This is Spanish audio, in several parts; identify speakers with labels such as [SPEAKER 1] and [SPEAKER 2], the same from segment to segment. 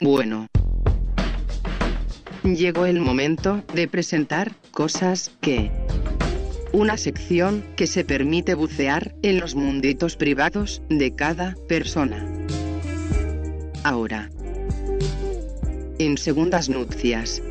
[SPEAKER 1] Bueno. Llegó el momento de presentar cosas que... Una sección que se permite bucear en los munditos privados de cada persona. Ahora. En segundas nupcias.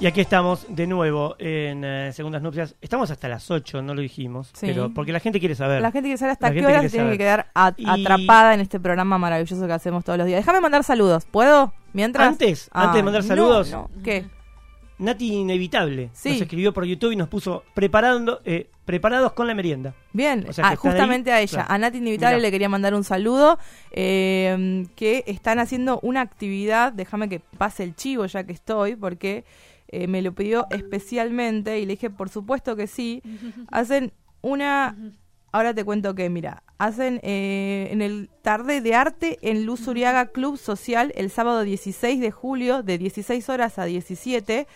[SPEAKER 2] Y aquí estamos de nuevo en eh, Segundas Nupcias. Estamos hasta las 8, no lo dijimos,
[SPEAKER 3] Sí.
[SPEAKER 2] pero porque la gente quiere saber.
[SPEAKER 3] La gente quiere saber
[SPEAKER 2] La
[SPEAKER 3] hasta qué
[SPEAKER 2] gente
[SPEAKER 3] hora
[SPEAKER 2] quiere
[SPEAKER 3] tiene que
[SPEAKER 2] saber.
[SPEAKER 3] quedar a-
[SPEAKER 2] Y-
[SPEAKER 3] atrapada en este programa maravilloso que hacemos todos los días. Déjame mandar saludos. ¿Puedo? Mientras.
[SPEAKER 2] Antes, antes de mandar
[SPEAKER 3] no,
[SPEAKER 2] saludos.
[SPEAKER 3] no. ¿Qué?
[SPEAKER 2] Nati Inevitable
[SPEAKER 3] Sí.
[SPEAKER 2] nos escribió por YouTube y nos puso preparando, eh, preparados con la merienda.
[SPEAKER 3] Bien,
[SPEAKER 2] O sea, que
[SPEAKER 3] ah,
[SPEAKER 2] están
[SPEAKER 3] justamente
[SPEAKER 2] ahí,
[SPEAKER 3] a ella,
[SPEAKER 2] claro.
[SPEAKER 3] a Nati Inevitable
[SPEAKER 2] Mirá.
[SPEAKER 3] le quería mandar un saludo, eh, que están haciendo una actividad, déjame que pase el chivo ya que estoy, porque eh, me lo pidió especialmente y le dije, por supuesto que sí, hacen una, ahora te cuento que, mira, hacen eh, en el tarde de arte en Luz Uriaga Club Social el sábado 16 de julio de 16 horas a 17.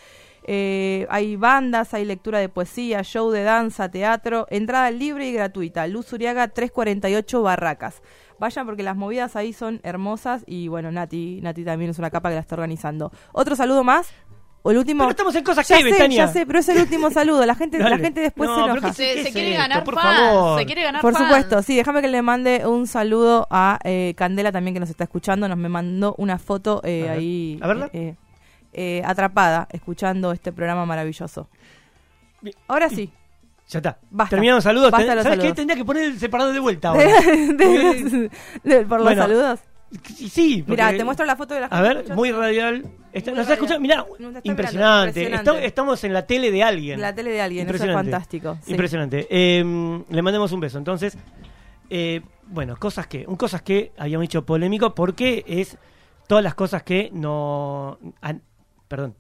[SPEAKER 3] Eh, hay bandas, hay lectura de poesía, show de danza, teatro, entrada libre y gratuita. Luz Uriaga 348 Barracas. Vayan porque las movidas ahí son hermosas y bueno, Nati, Nati también es una capa que la está organizando. Otro saludo más. O el último.
[SPEAKER 2] Pero estamos en cosas
[SPEAKER 3] ya
[SPEAKER 2] que,
[SPEAKER 3] sé,
[SPEAKER 2] Betania.
[SPEAKER 3] ya sé, pero es el último saludo. La gente, la
[SPEAKER 2] Dale.
[SPEAKER 3] gente después
[SPEAKER 2] No,
[SPEAKER 3] se
[SPEAKER 2] pero
[SPEAKER 3] enoja.
[SPEAKER 2] ¿qué
[SPEAKER 4] Se,
[SPEAKER 2] ¿Qué
[SPEAKER 4] se
[SPEAKER 2] es
[SPEAKER 4] quiere
[SPEAKER 2] esto?
[SPEAKER 4] ganar
[SPEAKER 2] Por
[SPEAKER 4] fans,
[SPEAKER 2] favor.
[SPEAKER 4] se quiere ganar
[SPEAKER 3] Por
[SPEAKER 4] fans.
[SPEAKER 3] supuesto, sí, déjame que le mande un saludo a eh, Candela también que nos está escuchando, nos me mandó una foto eh,
[SPEAKER 2] A ver,
[SPEAKER 3] ahí
[SPEAKER 2] a verla.
[SPEAKER 3] eh, eh, atrapada escuchando este programa maravilloso.
[SPEAKER 2] Bien,
[SPEAKER 3] Ahora sí,
[SPEAKER 2] Ya está.
[SPEAKER 3] Basta.
[SPEAKER 2] Terminamos saludos.
[SPEAKER 3] Basta
[SPEAKER 2] Ten-
[SPEAKER 3] los
[SPEAKER 2] ¿Sabes qué?
[SPEAKER 3] saludos.
[SPEAKER 2] Tendría que poner el separado de vuelta
[SPEAKER 3] De-
[SPEAKER 2] ahora.
[SPEAKER 3] de- de- por los
[SPEAKER 2] Bueno,
[SPEAKER 3] saludos.
[SPEAKER 2] Sí, sí. porque-
[SPEAKER 3] Mira, te muestro la foto de la
[SPEAKER 2] A
[SPEAKER 3] gente
[SPEAKER 2] ver,
[SPEAKER 3] escuchando.
[SPEAKER 2] muy radial. Está-
[SPEAKER 3] Muy
[SPEAKER 2] ¿Nos está escuchando?
[SPEAKER 3] radial.
[SPEAKER 2] Mirá,
[SPEAKER 3] Nos
[SPEAKER 2] impresionante.
[SPEAKER 3] está mirando,
[SPEAKER 2] Está-
[SPEAKER 3] impresionante.
[SPEAKER 2] estamos en la tele de alguien.
[SPEAKER 3] La tele de alguien, eso es
[SPEAKER 2] Impresionante.
[SPEAKER 3] fantástico. sí.
[SPEAKER 2] Impresionante. Eh, le mandemos un beso. Entonces, eh, bueno, cosas que. Un cosas que habíamos dicho polémico porque es todas las cosas que no. an- perdón.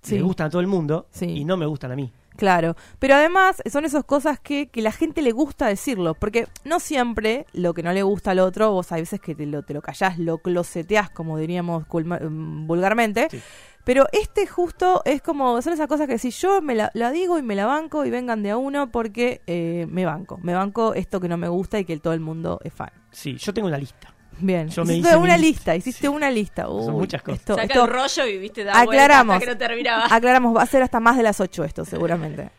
[SPEAKER 3] Sí.
[SPEAKER 2] Le gustan a todo el mundo
[SPEAKER 3] Sí.
[SPEAKER 2] y no me gustan a mí.
[SPEAKER 3] Claro, pero además son esas cosas que, que la gente le gusta decirlo, porque no siempre lo que no le gusta al otro, vos hay veces que te lo, te lo callás, lo closeteás, como diríamos culma- mm, vulgarmente,
[SPEAKER 2] Sí.
[SPEAKER 3] pero este justo es como, son esas cosas que si yo me la, la digo y me la banco y vengan de a uno porque eh, me banco, me banco esto que no me gusta y que todo el mundo es fan.
[SPEAKER 2] Sí, yo tengo una lista.
[SPEAKER 3] Bien,
[SPEAKER 2] Yo me
[SPEAKER 3] hiciste
[SPEAKER 2] hice mi
[SPEAKER 3] una
[SPEAKER 2] lista,
[SPEAKER 3] lista, hiciste
[SPEAKER 2] sí.
[SPEAKER 3] una lista.
[SPEAKER 2] Son
[SPEAKER 3] Uy,
[SPEAKER 2] muchas cosas.
[SPEAKER 3] esto-
[SPEAKER 4] Saca
[SPEAKER 3] esto-
[SPEAKER 4] el rollo y viste, da vuelta
[SPEAKER 3] aclaramos,
[SPEAKER 4] hasta que no terminaba.
[SPEAKER 3] aclaramos, va a ser hasta más de las 8 esto seguramente.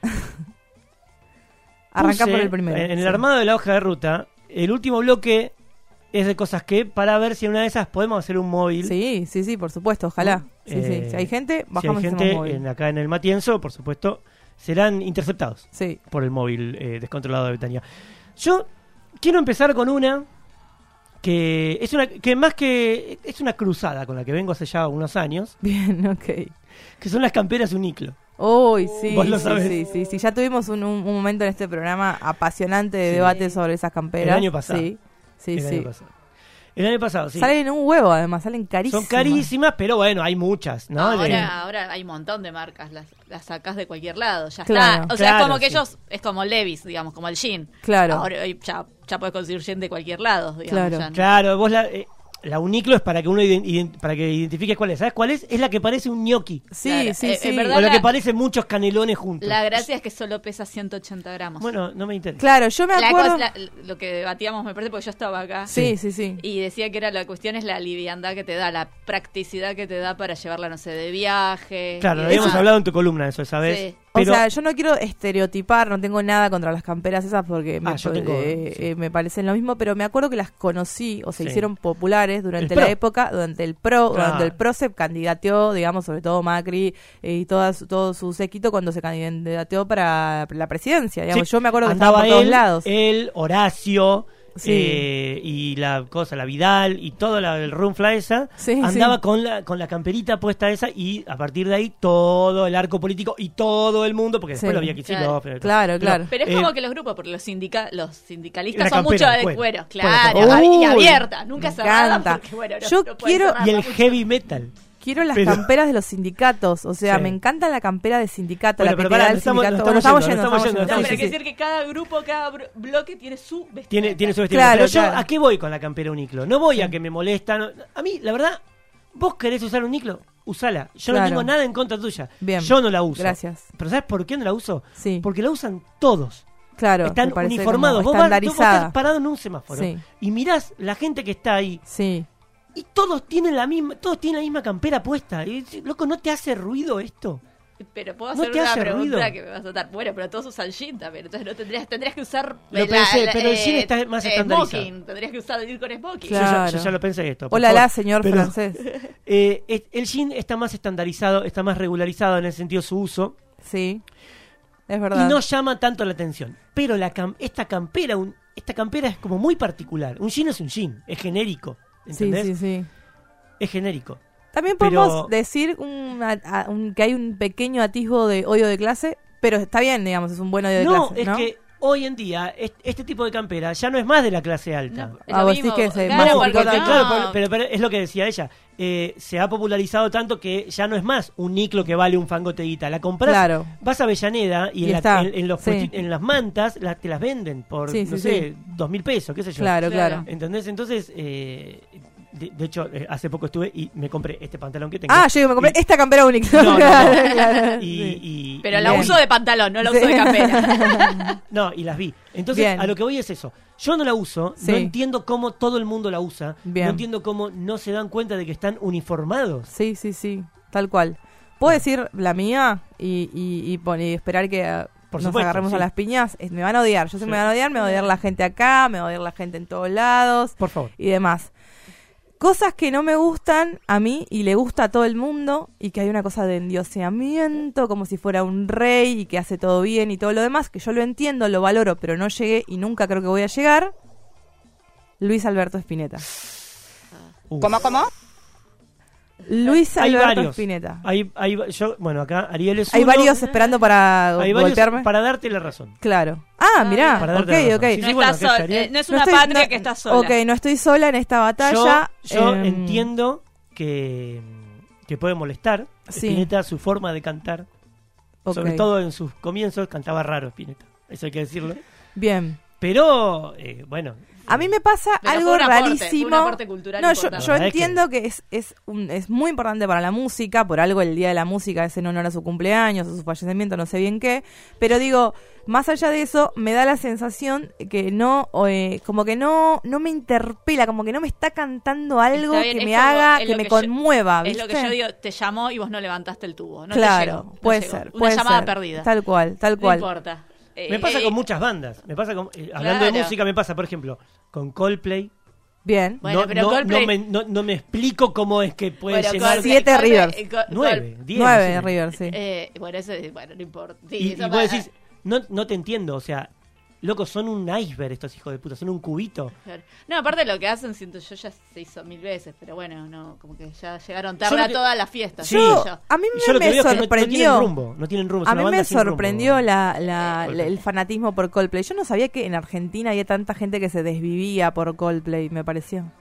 [SPEAKER 3] Arranca
[SPEAKER 2] Puse
[SPEAKER 3] por el primero.
[SPEAKER 2] En, en el
[SPEAKER 3] sí.
[SPEAKER 2] armado de la hoja de ruta, el último bloque es de cosas que, para ver si en una de esas podemos hacer un móvil.
[SPEAKER 3] Sí, sí, sí, por supuesto, ojalá. Sí,
[SPEAKER 2] Eh,
[SPEAKER 3] sí. Si hay
[SPEAKER 2] si
[SPEAKER 3] gente,
[SPEAKER 2] hay
[SPEAKER 3] bajamos el
[SPEAKER 2] gente en- acá en el Matienzo, por supuesto, serán interceptados
[SPEAKER 3] Sí,
[SPEAKER 2] por el móvil eh, descontrolado de Betania. Yo quiero empezar con una que es una que más que es una cruzada con la que vengo hace ya unos años,
[SPEAKER 3] bien, ok.
[SPEAKER 2] que son las camperas Uniclo.
[SPEAKER 3] Uy, sí,
[SPEAKER 2] Uh, Vos lo
[SPEAKER 3] sí,
[SPEAKER 2] sabés.
[SPEAKER 3] sí, sí, sí. Ya tuvimos un, un- un momento en este programa apasionante de
[SPEAKER 2] Sí.
[SPEAKER 3] debate sobre esas camperas.
[SPEAKER 2] El año pasado.
[SPEAKER 3] Sí, sí,
[SPEAKER 2] el
[SPEAKER 3] sí.
[SPEAKER 2] año pasado. El año pasado, sí.
[SPEAKER 3] Salen un huevo, además, salen carísimas.
[SPEAKER 2] Son carísimas, pero bueno, hay muchas, Ah, ¿no?
[SPEAKER 4] ahora,
[SPEAKER 2] De-
[SPEAKER 4] ahora hay un montón de marcas, las, las sacás de cualquier lado, ya
[SPEAKER 3] Claro.
[SPEAKER 4] está. O sea,
[SPEAKER 2] Claro,
[SPEAKER 4] es como que
[SPEAKER 2] sí.
[SPEAKER 4] ellos, es como Levis, digamos, como el jean.
[SPEAKER 3] Claro.
[SPEAKER 4] Ahora hoy ya, ya puedes conseguir jean de cualquier lado, digamos.
[SPEAKER 3] Claro.
[SPEAKER 4] ya no-
[SPEAKER 2] Claro, vos la, eh, la Uniclo es para que uno iden- iden- para que identifiques cuál es. ¿Sabes cuál es? Es la que parece un gnocchi.
[SPEAKER 3] Sí,
[SPEAKER 4] Claro,
[SPEAKER 3] sí,
[SPEAKER 4] eh,
[SPEAKER 3] sí.
[SPEAKER 4] en verdad-
[SPEAKER 2] O la que
[SPEAKER 4] la-
[SPEAKER 2] parece muchos canelones juntos.
[SPEAKER 4] La gracia es que solo pesa 180 gramos.
[SPEAKER 2] Bueno, no me interesa.
[SPEAKER 3] Claro, yo me
[SPEAKER 4] La
[SPEAKER 3] acuerdo.
[SPEAKER 4] cosa- la- lo que debatíamos, me parece, porque yo estaba acá.
[SPEAKER 3] Sí, sí, sí.
[SPEAKER 4] Y decía que era la cuestión es la liviandad que te da, la practicidad que te da para llevarla, no sé, de viaje.
[SPEAKER 2] Claro,
[SPEAKER 4] y
[SPEAKER 2] lo habíamos
[SPEAKER 4] demás.
[SPEAKER 2] hablado en tu columna eso, ¿sabes?
[SPEAKER 4] Sí.
[SPEAKER 3] O
[SPEAKER 2] Pero
[SPEAKER 3] sea, yo no quiero estereotipar, no tengo nada contra las camperas esas porque me,
[SPEAKER 2] Ah, yo
[SPEAKER 3] pa-
[SPEAKER 2] tengo,
[SPEAKER 3] eh,
[SPEAKER 2] sí.
[SPEAKER 3] eh, me parecen lo mismo, pero me acuerdo que las conocí o se
[SPEAKER 2] Sí.
[SPEAKER 3] hicieron populares durante
[SPEAKER 2] El
[SPEAKER 3] la
[SPEAKER 2] pro.
[SPEAKER 3] época, durante el PRO,
[SPEAKER 2] Claro.
[SPEAKER 3] durante el PRO se candidateó, digamos, sobre todo Macri eh, y toda su- todo su séquito cuando se candidateó para la presidencia, digamos.
[SPEAKER 2] sí,
[SPEAKER 3] Yo me acuerdo que
[SPEAKER 2] andaba
[SPEAKER 3] estaba por todos
[SPEAKER 2] él, eh,
[SPEAKER 3] lados.
[SPEAKER 2] él, Horacio
[SPEAKER 3] Sí.
[SPEAKER 2] eh, y la cosa, la Vidal y toda la el runfla esa,
[SPEAKER 3] Sí,
[SPEAKER 2] andaba
[SPEAKER 3] sí.
[SPEAKER 2] con la con la camperita puesta esa y a partir de ahí todo el arco político y todo el mundo, porque después
[SPEAKER 3] Sí.
[SPEAKER 2] lo había que decir,
[SPEAKER 4] Claro.
[SPEAKER 2] no, pero-
[SPEAKER 3] Claro,
[SPEAKER 2] pero-
[SPEAKER 3] claro.
[SPEAKER 4] Pero es como
[SPEAKER 2] Eh,
[SPEAKER 4] que los grupos, porque los, sindica los sindicalistas
[SPEAKER 2] Una
[SPEAKER 4] son mucho
[SPEAKER 2] campera,
[SPEAKER 4] de
[SPEAKER 2] cuero.
[SPEAKER 4] cuero,
[SPEAKER 2] Cuero,
[SPEAKER 4] claro,
[SPEAKER 2] cuero.
[SPEAKER 4] y
[SPEAKER 2] Uy,
[SPEAKER 4] abierta, nunca
[SPEAKER 3] me
[SPEAKER 4] cerrada,
[SPEAKER 3] encanta.
[SPEAKER 4] porque bueno, no-
[SPEAKER 3] Yo
[SPEAKER 4] no pueden
[SPEAKER 3] quiero-
[SPEAKER 4] cerrarla
[SPEAKER 2] y el
[SPEAKER 4] mucho.
[SPEAKER 2] heavy metal.
[SPEAKER 3] Quiero las
[SPEAKER 2] Pero-
[SPEAKER 3] camperas de los sindicatos, o sea,
[SPEAKER 2] Sí.
[SPEAKER 3] me encanta la campera de sindicato,
[SPEAKER 2] Bueno,
[SPEAKER 3] la que
[SPEAKER 2] pero
[SPEAKER 3] te da
[SPEAKER 2] pará,
[SPEAKER 3] el
[SPEAKER 2] nos estamos-
[SPEAKER 3] sindicato.
[SPEAKER 2] nos estamos
[SPEAKER 3] Bueno,
[SPEAKER 2] yendo, nos estamos
[SPEAKER 4] No,
[SPEAKER 2] Sí,
[SPEAKER 4] pero
[SPEAKER 2] sí,
[SPEAKER 4] hay que
[SPEAKER 2] sí.
[SPEAKER 4] decir que cada grupo, cada bro- bloque tiene su vestimenta.
[SPEAKER 2] Tiene, tiene su vestimenta.
[SPEAKER 3] Claro,
[SPEAKER 2] Pero yo,
[SPEAKER 3] claro.
[SPEAKER 2] ¿a qué voy con la campera Uniclo? No voy a que me molestan. A mí, la verdad, Vos querés usar un niclo, usala. Yo no
[SPEAKER 3] Claro.
[SPEAKER 2] tengo nada en contra tuya.
[SPEAKER 3] Bien.
[SPEAKER 2] Yo no la uso.
[SPEAKER 3] Gracias.
[SPEAKER 2] Pero ¿sabes por qué no la uso?
[SPEAKER 3] Sí.
[SPEAKER 2] Porque la usan todos.
[SPEAKER 3] Claro,
[SPEAKER 2] Están
[SPEAKER 3] me parece
[SPEAKER 2] uniformados.
[SPEAKER 3] como
[SPEAKER 2] Vos, vas, vos
[SPEAKER 3] estandarizada.
[SPEAKER 2] estás parado en un semáforo
[SPEAKER 3] Sí.
[SPEAKER 2] y mirás la gente que está ahí
[SPEAKER 3] Sí,
[SPEAKER 2] y todos tienen la misma, todos tienen la misma campera puesta. Y, dices, loco, ¿no te hace ruido esto?
[SPEAKER 4] Pero puedo
[SPEAKER 2] ¿No
[SPEAKER 4] hacer
[SPEAKER 2] te
[SPEAKER 4] una
[SPEAKER 2] hace
[SPEAKER 4] pregunta
[SPEAKER 2] ruido?
[SPEAKER 4] que me vas a dar. Bueno, pero todos usan jean también, entonces no tendrías, tendrías que usar. eh,
[SPEAKER 2] Lo pensé, pero el jean está más estandarizado.
[SPEAKER 4] Smoking, tendrías que usar ir con smoking.
[SPEAKER 2] Yo ya-
[SPEAKER 3] Claro.
[SPEAKER 2] Yo, ya lo pensé esto. por
[SPEAKER 3] Hola,
[SPEAKER 2] favor.
[SPEAKER 3] la señor
[SPEAKER 2] Pero,
[SPEAKER 3] francés.
[SPEAKER 2] eh, es- el jean está más estandarizado, está más regularizado en el sentido de su uso.
[SPEAKER 3] Sí. Es verdad.
[SPEAKER 2] Y no llama tanto la atención. Pero la cam- esta campera, un- esta campera es como muy particular. Un jean es un jean, es genérico.
[SPEAKER 3] sí,
[SPEAKER 2] ¿Entendés?
[SPEAKER 3] sí, sí.
[SPEAKER 2] Es genérico.
[SPEAKER 3] También
[SPEAKER 2] Pero-
[SPEAKER 3] podemos decir un- a- a- un- que hay un pequeño atisbo de odio de clase, pero está bien, digamos, es un buen odio Eh, de
[SPEAKER 2] no,
[SPEAKER 3] clase,
[SPEAKER 2] es
[SPEAKER 3] ¿no?
[SPEAKER 2] que hoy en día es- este tipo de campera ya no es más de la clase alta.
[SPEAKER 4] No,
[SPEAKER 3] Ah,
[SPEAKER 4] lo
[SPEAKER 3] vos
[SPEAKER 4] mismo,
[SPEAKER 3] decís que se
[SPEAKER 4] gana
[SPEAKER 3] más
[SPEAKER 2] No,
[SPEAKER 4] cualquier-
[SPEAKER 2] porque,
[SPEAKER 3] popular.
[SPEAKER 2] claro,
[SPEAKER 4] No,
[SPEAKER 2] por- pero, pero es lo que decía ella. Eh, se ha popularizado tanto que ya no es más un niclo que vale un fangote de guita. La compras,
[SPEAKER 3] Claro.
[SPEAKER 2] vas a Avellaneda y,
[SPEAKER 3] Y
[SPEAKER 2] en, la-
[SPEAKER 3] está,
[SPEAKER 2] en- en los
[SPEAKER 3] sí.
[SPEAKER 2] puesti- en las mantas la- te las venden por,
[SPEAKER 3] Sí,
[SPEAKER 2] no
[SPEAKER 3] sí,
[SPEAKER 2] sé,
[SPEAKER 3] sí.
[SPEAKER 2] dos mil pesos, qué sé yo.
[SPEAKER 3] Claro, claro.
[SPEAKER 4] Claro.
[SPEAKER 2] ¿Entendés? Entonces, eh, de, de hecho, eh, hace poco estuve y me compré este pantalón que tengo.
[SPEAKER 3] Ah, yo digo, me compré
[SPEAKER 2] Y-
[SPEAKER 3] esta campera única.
[SPEAKER 2] No, no, no.
[SPEAKER 3] Claro, claro,
[SPEAKER 2] y-
[SPEAKER 3] sí.
[SPEAKER 2] y-
[SPEAKER 4] Pero
[SPEAKER 2] y-
[SPEAKER 4] la
[SPEAKER 3] Bien.
[SPEAKER 4] uso de pantalón, no la uso
[SPEAKER 3] Sí.
[SPEAKER 4] de campera.
[SPEAKER 2] No, y las vi. Entonces,
[SPEAKER 3] Bien.
[SPEAKER 2] a lo que voy es eso. Yo no la uso,
[SPEAKER 3] Sí.
[SPEAKER 2] no entiendo cómo todo el mundo la usa,
[SPEAKER 3] Bien.
[SPEAKER 2] no entiendo cómo no se dan cuenta de que están uniformados.
[SPEAKER 3] Sí, sí, sí, tal cual. ¿Puedo decir la mía y, y, y pon- y esperar que ah,
[SPEAKER 2] Por
[SPEAKER 3] nos
[SPEAKER 2] supuesto,
[SPEAKER 3] agarremos
[SPEAKER 2] sí.
[SPEAKER 3] a las piñas? Es- me van a odiar, yo sé
[SPEAKER 2] Sí.
[SPEAKER 3] que me van a odiar, me va a odiar la gente acá, me va a odiar la gente en todos lados
[SPEAKER 2] Por favor.
[SPEAKER 3] y demás. Cosas que no me gustan a mí y le gusta a todo el mundo y que hay una cosa de endioseamiento, como si fuera un rey y que hace todo bien y todo lo demás, que yo lo entiendo, lo valoro, pero no llegué y nunca creo que voy a llegar. Luis Alberto Spinetta.
[SPEAKER 2] Uh.
[SPEAKER 3] Luis
[SPEAKER 2] Hay
[SPEAKER 3] Alberto
[SPEAKER 2] varios.
[SPEAKER 3] Spinetta.
[SPEAKER 2] Hay, hay- yo, bueno, acá Ariel es
[SPEAKER 3] Hay
[SPEAKER 2] uno.
[SPEAKER 3] varios esperando para
[SPEAKER 2] Hay varios
[SPEAKER 3] golpearme.
[SPEAKER 2] para darte la razón.
[SPEAKER 3] Claro. Ah, mirá.
[SPEAKER 2] Para
[SPEAKER 3] ok,
[SPEAKER 2] darte la razón.
[SPEAKER 3] ok.
[SPEAKER 2] Sí, sí,
[SPEAKER 4] No, estás
[SPEAKER 2] bueno, que
[SPEAKER 4] sol-
[SPEAKER 2] estaría-
[SPEAKER 4] eh, no es
[SPEAKER 3] No
[SPEAKER 4] una
[SPEAKER 3] estoy-
[SPEAKER 4] patria
[SPEAKER 3] no-
[SPEAKER 4] que está sola.
[SPEAKER 3] Ok, no estoy sola en esta batalla.
[SPEAKER 2] yo yo
[SPEAKER 3] em,
[SPEAKER 2] entiendo que, mm, que puede molestar
[SPEAKER 3] Sí.
[SPEAKER 2] Spinetta su forma de cantar.
[SPEAKER 3] ok.
[SPEAKER 2] Sobre todo en sus comienzos cantaba raro Spinetta. Eso hay que decirlo.
[SPEAKER 3] Bien.
[SPEAKER 2] Pero, eh, bueno.
[SPEAKER 3] A mí me pasa
[SPEAKER 4] Pero
[SPEAKER 3] algo
[SPEAKER 4] fue un aporte, fue
[SPEAKER 3] rarísimo.
[SPEAKER 4] un aporte cultural
[SPEAKER 3] no, yo,
[SPEAKER 4] importante.
[SPEAKER 3] yo
[SPEAKER 2] La verdad es que-
[SPEAKER 3] entiendo que, es, es, un- es muy importante para la música, por algo el Día de la Música es en honor a su cumpleaños, a su fallecimiento, no sé bien qué, pero digo, más allá de eso, me da la sensación que no, o, eh, como que no, no me interpela, como que no me está cantando algo
[SPEAKER 4] Está bien,
[SPEAKER 3] que
[SPEAKER 4] es
[SPEAKER 3] me
[SPEAKER 4] como-
[SPEAKER 3] haga,
[SPEAKER 4] es
[SPEAKER 3] que
[SPEAKER 4] lo
[SPEAKER 3] me
[SPEAKER 4] que yo-
[SPEAKER 3] conmueva.
[SPEAKER 4] Es lo que
[SPEAKER 3] ¿viste?
[SPEAKER 4] yo digo, te llamó y vos no levantaste el tubo. No te
[SPEAKER 3] claro,
[SPEAKER 4] llegó, no
[SPEAKER 3] puede
[SPEAKER 4] llegó.
[SPEAKER 3] ser.
[SPEAKER 4] Una
[SPEAKER 3] puede
[SPEAKER 4] llamada
[SPEAKER 3] ser.
[SPEAKER 4] perdida.
[SPEAKER 3] Tal cual, tal
[SPEAKER 4] No
[SPEAKER 3] cual.
[SPEAKER 4] importa. Eh,
[SPEAKER 2] Me pasa
[SPEAKER 4] eh,
[SPEAKER 2] con muchas bandas. Me pasa con, eh, hablando de
[SPEAKER 4] Claro.
[SPEAKER 2] música, me pasa, por ejemplo, con Coldplay.
[SPEAKER 3] bien.
[SPEAKER 4] Bueno,
[SPEAKER 2] no,
[SPEAKER 4] pero
[SPEAKER 2] no-
[SPEAKER 4] Coldplay-
[SPEAKER 2] no me, no- no me explico cómo es que puede
[SPEAKER 4] bueno,
[SPEAKER 2] llegar.
[SPEAKER 4] Coldplay-
[SPEAKER 3] Siete
[SPEAKER 4] Coldplay-
[SPEAKER 3] Rivers.
[SPEAKER 4] eh, Col-
[SPEAKER 2] nueve,
[SPEAKER 4] Col-
[SPEAKER 2] diez.
[SPEAKER 3] Nueve,
[SPEAKER 2] decime.
[SPEAKER 3] River, sí.
[SPEAKER 4] eh, bueno, eso, es- bueno, no importa. Sí,
[SPEAKER 2] Y,
[SPEAKER 4] eso
[SPEAKER 2] y
[SPEAKER 4] va-
[SPEAKER 2] vos decís, no, no te entiendo, o sea, loco, son un iceberg estos hijos de puta, son un cubito.
[SPEAKER 4] Claro. No, aparte lo que hacen, siento yo, ya se hizo mil veces, pero bueno, no, como que ya llegaron tarde
[SPEAKER 2] Yo lo
[SPEAKER 4] a
[SPEAKER 2] que-
[SPEAKER 4] todas las fiestas.
[SPEAKER 2] Sí.
[SPEAKER 4] siento
[SPEAKER 2] Yo-
[SPEAKER 4] yo.
[SPEAKER 3] A mí
[SPEAKER 2] Y yo
[SPEAKER 3] me,
[SPEAKER 2] lo que veo es que no- no,
[SPEAKER 3] sorprendió.
[SPEAKER 2] tienen rumbo, no tienen rumbo. es
[SPEAKER 3] A
[SPEAKER 2] una
[SPEAKER 3] mí
[SPEAKER 2] banda
[SPEAKER 3] me
[SPEAKER 2] sin rumbo.
[SPEAKER 3] sorprendió la, la-
[SPEAKER 2] Sí,
[SPEAKER 3] la- el
[SPEAKER 2] Coldplay.
[SPEAKER 3] fanatismo por Coldplay. Yo no sabía que en Argentina había tanta gente que se desvivía por Coldplay, me pareció.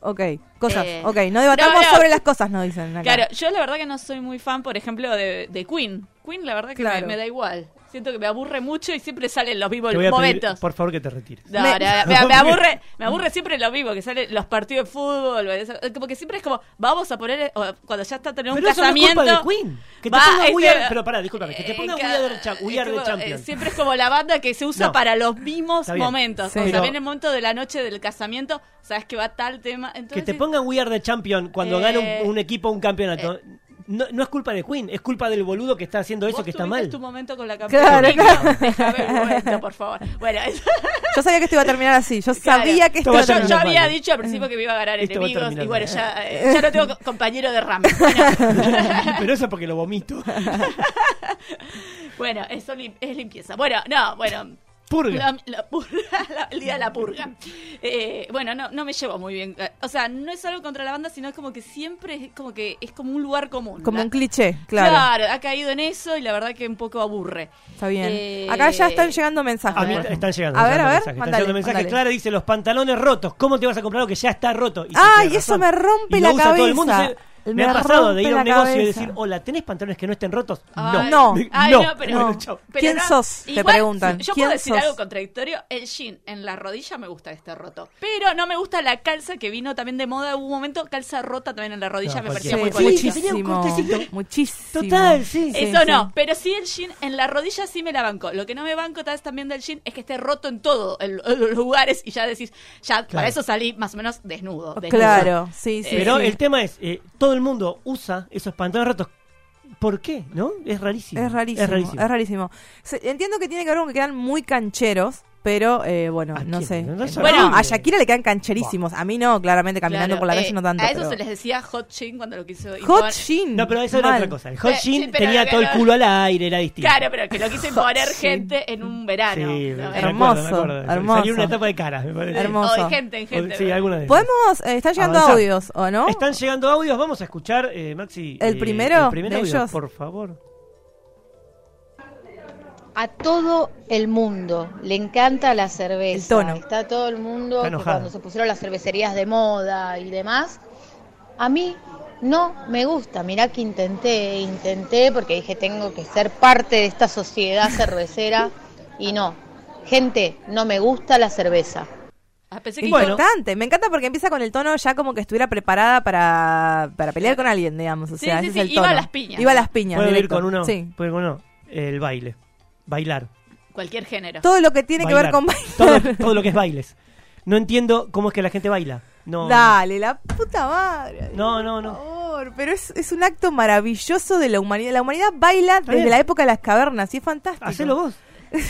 [SPEAKER 3] Ok, cosas,
[SPEAKER 4] Eh,
[SPEAKER 3] ok. No debatamos
[SPEAKER 4] no, no.
[SPEAKER 3] sobre las cosas, no dicen acá.
[SPEAKER 4] Claro, yo la verdad que no soy muy fan, por ejemplo, de, de Queen. Queen, la verdad que
[SPEAKER 3] Claro.
[SPEAKER 4] me, me da igual. Siento que me aburre mucho y siempre salen los mismos
[SPEAKER 2] Te voy a pedir,
[SPEAKER 4] momentos.
[SPEAKER 2] por favor, que te retires.
[SPEAKER 4] No,
[SPEAKER 3] Me-
[SPEAKER 4] no, no, me, me aburre, me aburre siempre lo mismo, que salen los partidos de fútbol, eso, como que siempre es como, vamos a poner, o cuando ya está teniendo un
[SPEAKER 2] Pero eso no es
[SPEAKER 4] casamiento.
[SPEAKER 2] culpa de Queen. Que te
[SPEAKER 4] va,
[SPEAKER 2] ponga We
[SPEAKER 4] este-
[SPEAKER 2] Are- pero pará, discúlpame, que te ponga We
[SPEAKER 4] ca-
[SPEAKER 2] Are the Cha- We Are the
[SPEAKER 4] es como, eh,
[SPEAKER 2] Champions.
[SPEAKER 4] Siempre es como la banda que se usa
[SPEAKER 2] No.
[SPEAKER 4] para los mismos
[SPEAKER 2] Está bien.
[SPEAKER 4] momentos.
[SPEAKER 3] Sí.
[SPEAKER 4] O sea,
[SPEAKER 2] Pero-
[SPEAKER 4] viene el momento de la noche del casamiento, sabes que va tal tema.
[SPEAKER 2] Que
[SPEAKER 4] Entonces,
[SPEAKER 2] te pongan We Are the Champion cuando
[SPEAKER 4] Eh,
[SPEAKER 2] gana un, un equipo un campeonato. no, no es culpa de Queen, es culpa del boludo que está haciendo eso,
[SPEAKER 4] vos
[SPEAKER 2] que está
[SPEAKER 4] tuviste
[SPEAKER 2] mal.
[SPEAKER 4] tu momento con la campera.
[SPEAKER 3] Claro,
[SPEAKER 4] Nico,
[SPEAKER 3] claro.
[SPEAKER 4] déjame un momento, por favor. Bueno, eso-
[SPEAKER 3] Yo sabía que esto iba a terminar así. Yo
[SPEAKER 4] Claro.
[SPEAKER 3] sabía que
[SPEAKER 2] Esto
[SPEAKER 3] esto
[SPEAKER 2] va
[SPEAKER 3] iba a
[SPEAKER 2] a terminar
[SPEAKER 4] yo, yo
[SPEAKER 3] terminar.
[SPEAKER 2] mal.
[SPEAKER 4] había dicho al principio que me iba a ganar
[SPEAKER 2] Esto va a
[SPEAKER 4] enemigos y
[SPEAKER 2] terminar
[SPEAKER 4] bueno,
[SPEAKER 2] mal.
[SPEAKER 4] ya, eh, ya no tengo co- compañero de rama.
[SPEAKER 2] Pero eso es porque lo vomito.
[SPEAKER 4] Bueno, eso lim- es limpieza. Bueno, no, bueno.
[SPEAKER 2] Purga.
[SPEAKER 4] La, la purga, la- el día de la purga. Eh, bueno, no, no me llevo muy bien. Eh, O sea, no es algo contra la banda, sino es como que siempre es como que es como un lugar común.
[SPEAKER 3] Como
[SPEAKER 4] La-
[SPEAKER 3] un cliché, claro.
[SPEAKER 4] ha caído en eso y la verdad que un poco aburre.
[SPEAKER 3] Está bien.
[SPEAKER 4] Eh,
[SPEAKER 3] Acá ya están llegando mensajes.
[SPEAKER 2] A mí
[SPEAKER 4] A ver.
[SPEAKER 2] están llegando. están llegando
[SPEAKER 3] A ver, a ver,
[SPEAKER 2] mensajes,
[SPEAKER 3] mandale,
[SPEAKER 2] están llegando mensajes.
[SPEAKER 3] mandale.
[SPEAKER 2] Clara dice: Los pantalones rotos. ¿Cómo te vas a comprar algo que ya está roto? Y sí,
[SPEAKER 3] Ay,
[SPEAKER 2] tiene
[SPEAKER 3] eso
[SPEAKER 2] razón.
[SPEAKER 3] me rompe
[SPEAKER 2] Y
[SPEAKER 3] la
[SPEAKER 2] lo usa todo el
[SPEAKER 3] cabeza.
[SPEAKER 2] mundo, dice, Me,
[SPEAKER 3] me
[SPEAKER 2] ha pasado
[SPEAKER 3] rompe
[SPEAKER 2] de ir a
[SPEAKER 3] la
[SPEAKER 2] un negocio y
[SPEAKER 3] cabeza.
[SPEAKER 2] decir, hola, ¿tenés pantalones que no estén rotos? no.
[SPEAKER 4] Ay,
[SPEAKER 3] No.
[SPEAKER 2] Me-
[SPEAKER 4] ay,
[SPEAKER 2] no.
[SPEAKER 4] no, pero-
[SPEAKER 2] Bueno, chao.
[SPEAKER 4] Pero
[SPEAKER 3] ¿Quién
[SPEAKER 4] no,
[SPEAKER 3] sos? Te
[SPEAKER 4] igual,
[SPEAKER 3] preguntan.
[SPEAKER 4] Yo
[SPEAKER 3] ¿Quién
[SPEAKER 4] puedo decir
[SPEAKER 3] sos?
[SPEAKER 4] algo contradictorio. El jean en la rodilla me gusta este roto. Pero no me gusta la calza que vino también de moda. Hubo un momento calza rota también en la rodilla.
[SPEAKER 2] No,
[SPEAKER 4] me
[SPEAKER 2] Sí,
[SPEAKER 4] parecía
[SPEAKER 2] cualquiera.
[SPEAKER 4] muy
[SPEAKER 2] Sí,
[SPEAKER 4] bonito.
[SPEAKER 2] sí, tenía un cortecito.
[SPEAKER 3] Muchísimo.
[SPEAKER 2] Total, sí.
[SPEAKER 3] Eh,
[SPEAKER 4] Eso
[SPEAKER 3] sí.
[SPEAKER 4] no, pero sí el jean en la rodilla sí me la banco. Lo que no me banco tal vez también del jean es que esté roto en todo en lo- en los lugares y ya decís, ya para eso salí más o menos desnudo. desnuda.
[SPEAKER 3] Claro, sí, sí.
[SPEAKER 2] Pero
[SPEAKER 3] sí.
[SPEAKER 2] el tema es, eh, todo el mundo usa esos pantalones rotos. ¿Por qué? ¿No? Es rarísimo.
[SPEAKER 3] Es rarísimo, es rarísimo. Se- Entiendo que tiene que ver con que quedan muy cancheros, pero eh, bueno,
[SPEAKER 2] ¿A
[SPEAKER 3] no
[SPEAKER 2] quién?
[SPEAKER 3] sé.
[SPEAKER 2] No es
[SPEAKER 3] bueno,
[SPEAKER 2] horrible.
[SPEAKER 3] a Shakira le quedan cancherísimos. A mí no, claramente caminando
[SPEAKER 4] Claro,
[SPEAKER 3] por la
[SPEAKER 4] eh,
[SPEAKER 3] calle no tanto.
[SPEAKER 4] A eso
[SPEAKER 3] pero-
[SPEAKER 4] se les decía hot jean cuando lo quiso
[SPEAKER 3] Hot
[SPEAKER 4] imponer.
[SPEAKER 3] Shin.
[SPEAKER 2] No, pero eso era
[SPEAKER 3] mal.
[SPEAKER 2] otra cosa. El hot
[SPEAKER 4] Eh, sí,
[SPEAKER 2] jean
[SPEAKER 4] pero
[SPEAKER 2] tenía
[SPEAKER 4] lo-
[SPEAKER 2] todo el
[SPEAKER 4] lo-
[SPEAKER 2] culo al aire, era distinto.
[SPEAKER 4] Claro, pero que lo quiso imponer gente en un verano.
[SPEAKER 2] Sí,
[SPEAKER 4] ¿no?
[SPEAKER 2] me
[SPEAKER 4] Eh,
[SPEAKER 2] acuerdo, me
[SPEAKER 3] Hermoso,
[SPEAKER 2] acuerdo.
[SPEAKER 3] hermoso.
[SPEAKER 2] Salió una etapa de caras, me parece.
[SPEAKER 3] Hermoso.
[SPEAKER 4] O de gente, en gente.
[SPEAKER 2] Sí,
[SPEAKER 4] ¿no?
[SPEAKER 2] alguna de esas.
[SPEAKER 3] Podemos, eh, están llegando
[SPEAKER 2] Avanzar.
[SPEAKER 3] audios, ¿o no?
[SPEAKER 2] Están llegando audios, vamos a escuchar, eh, Maxi.
[SPEAKER 3] ¿El
[SPEAKER 2] eh,
[SPEAKER 3] primero
[SPEAKER 2] el primer
[SPEAKER 3] de
[SPEAKER 2] audio,
[SPEAKER 3] ellos?
[SPEAKER 2] por favor.
[SPEAKER 5] a todo el mundo le encanta la cerveza.
[SPEAKER 3] El tono.
[SPEAKER 5] Está todo el mundo
[SPEAKER 2] Está
[SPEAKER 5] que
[SPEAKER 2] enojada.
[SPEAKER 5] cuando se pusieron las cervecerías de moda y demás. A mí no me gusta. Mirá que intenté, intenté porque dije tengo que ser parte de esta sociedad cervecera y no. Gente, no me gusta la cerveza.
[SPEAKER 4] Ah, pensé que
[SPEAKER 2] Bueno.
[SPEAKER 3] Importante, me encanta porque empieza con el tono ya como que estuviera preparada para, para pelear con alguien, digamos. O
[SPEAKER 4] Sí,
[SPEAKER 3] sea,
[SPEAKER 4] sí,
[SPEAKER 3] ese
[SPEAKER 4] sí,
[SPEAKER 3] es el
[SPEAKER 4] iba a
[SPEAKER 3] tono.
[SPEAKER 4] las piñas.
[SPEAKER 3] Iba a las piñas.
[SPEAKER 2] Puedo ir
[SPEAKER 3] directo.
[SPEAKER 2] con uno.
[SPEAKER 3] Sí.
[SPEAKER 2] Puedo ir con uno. El baile. Bailar.
[SPEAKER 4] cualquier género.
[SPEAKER 3] Todo lo que tiene
[SPEAKER 2] Bailar.
[SPEAKER 3] que ver con bailar.
[SPEAKER 2] Todo, todo lo que es bailes. No entiendo cómo es que la gente baila. No.
[SPEAKER 3] Dale, la puta madre.
[SPEAKER 2] No, no, no.
[SPEAKER 3] Por favor, pero es, es un acto maravilloso de la humanidad. La humanidad baila
[SPEAKER 2] Está
[SPEAKER 3] desde
[SPEAKER 2] bien.
[SPEAKER 3] la época de las cavernas y es fantástico.
[SPEAKER 2] Hacelo vos.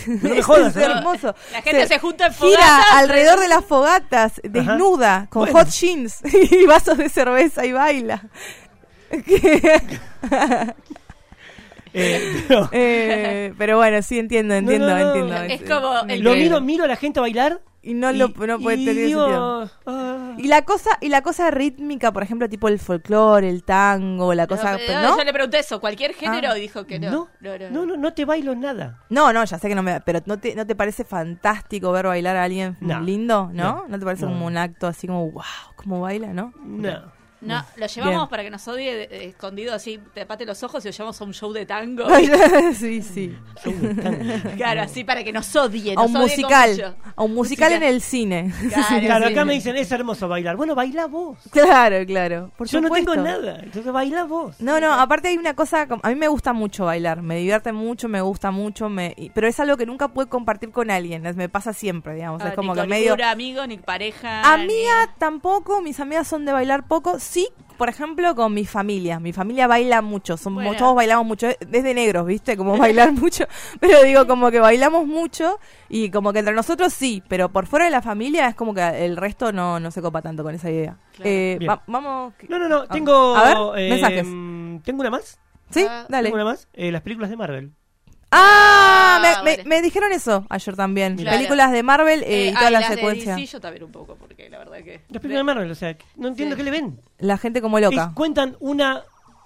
[SPEAKER 2] No me
[SPEAKER 3] Es-
[SPEAKER 2] jodas, ¿eh?
[SPEAKER 3] es
[SPEAKER 2] ¿no?
[SPEAKER 3] hermoso.
[SPEAKER 4] La gente se junta en fogatas.
[SPEAKER 3] Gira alrededor de las fogatas, desnuda, con
[SPEAKER 2] Bueno.
[SPEAKER 3] hot jeans y vasos de cerveza y baila.
[SPEAKER 2] Eh, pero-
[SPEAKER 3] Eh, pero bueno, sí entiendo, entiendo,
[SPEAKER 2] no, no.
[SPEAKER 3] entiendo.
[SPEAKER 4] Es como el
[SPEAKER 2] lo
[SPEAKER 4] que-
[SPEAKER 2] miro, miro a la gente bailar.
[SPEAKER 3] y no lo no puede
[SPEAKER 2] y
[SPEAKER 3] tener
[SPEAKER 2] digo,
[SPEAKER 3] sentido.
[SPEAKER 2] ah,
[SPEAKER 3] Y la cosa y la cosa rítmica, por ejemplo, tipo el folclore, el tango, la cosa,
[SPEAKER 4] No,
[SPEAKER 3] pero
[SPEAKER 4] no,
[SPEAKER 3] ¿no?
[SPEAKER 4] ah, Yo le pregunté eso, cualquier género
[SPEAKER 3] Ah.
[SPEAKER 4] y dijo que no.
[SPEAKER 2] no, no, no, no te bailo nada.
[SPEAKER 3] No, no, ya sé que no me, pero no te, no te parece fantástico ver bailar a alguien
[SPEAKER 2] No.
[SPEAKER 3] lindo, ¿no?
[SPEAKER 2] No.
[SPEAKER 3] ¿No te parece
[SPEAKER 2] No.
[SPEAKER 3] como un acto así como wow, cómo baila, no?
[SPEAKER 2] No.
[SPEAKER 4] No, lo llevamos
[SPEAKER 3] Bien.
[SPEAKER 4] para que nos odie eh, escondido así, tapate los ojos y lo llevamos a un show de tango.
[SPEAKER 3] sí, sí.
[SPEAKER 2] Yo me encanta.
[SPEAKER 4] Claro, así para que nos odie.
[SPEAKER 3] A
[SPEAKER 4] nos
[SPEAKER 3] un
[SPEAKER 4] odie
[SPEAKER 3] musical,
[SPEAKER 4] como yo.
[SPEAKER 3] a un musical en el cine.
[SPEAKER 4] Claro,
[SPEAKER 2] Claro,
[SPEAKER 4] sí.
[SPEAKER 2] acá me dicen, es hermoso bailar. Bueno, baila vos.
[SPEAKER 3] Claro, claro. Por
[SPEAKER 2] Yo no tengo
[SPEAKER 3] supuesto.
[SPEAKER 2] nada. Entonces baila vos.
[SPEAKER 3] No, no, aparte hay una cosa, com- a mí me gusta mucho bailar, me divierte mucho, me gusta mucho, me, y- pero es algo que nunca pude compartir con alguien, es- me pasa siempre, digamos,
[SPEAKER 4] Ah,
[SPEAKER 3] es como
[SPEAKER 4] ni
[SPEAKER 3] que
[SPEAKER 4] con
[SPEAKER 3] medio...
[SPEAKER 4] ningún amigo, ni pareja.
[SPEAKER 3] Amiga tampoco, mis amigas son de bailar poco, sí, por ejemplo, con mi familia, mi familia baila mucho, son,
[SPEAKER 4] Bueno.
[SPEAKER 3] todos bailamos mucho, eh, desde negros, viste, como bailar mucho, pero digo, como que bailamos mucho y como que entre nosotros sí, pero por fuera de la familia es como que el resto no, no se copa tanto con esa idea.
[SPEAKER 4] Claro.
[SPEAKER 3] Eh,
[SPEAKER 2] Bien.
[SPEAKER 3] va- vamos...
[SPEAKER 2] No, no, no. Tengo.
[SPEAKER 3] A ver,
[SPEAKER 2] eh,
[SPEAKER 3] mensajes.
[SPEAKER 2] Tengo una más.
[SPEAKER 3] Sí,
[SPEAKER 4] Ah,
[SPEAKER 3] dale.
[SPEAKER 2] Tengo una más. Eh, las películas de Marvel.
[SPEAKER 3] Ah, me,
[SPEAKER 4] Ah,
[SPEAKER 3] me-
[SPEAKER 4] vale.
[SPEAKER 3] me dijeron eso ayer también.
[SPEAKER 4] Claro.
[SPEAKER 3] Películas de Marvel eh,
[SPEAKER 4] Eh,
[SPEAKER 3] y
[SPEAKER 4] ay,
[SPEAKER 3] toda la
[SPEAKER 4] las de
[SPEAKER 3] secuencia.
[SPEAKER 4] DC yo también un poco, porque la verdad que...
[SPEAKER 2] Las películas de Marvel, o sea, no entiendo
[SPEAKER 4] Sí.
[SPEAKER 2] qué le ven.
[SPEAKER 3] La gente como
[SPEAKER 2] Es-
[SPEAKER 3] loca.
[SPEAKER 2] cuentan una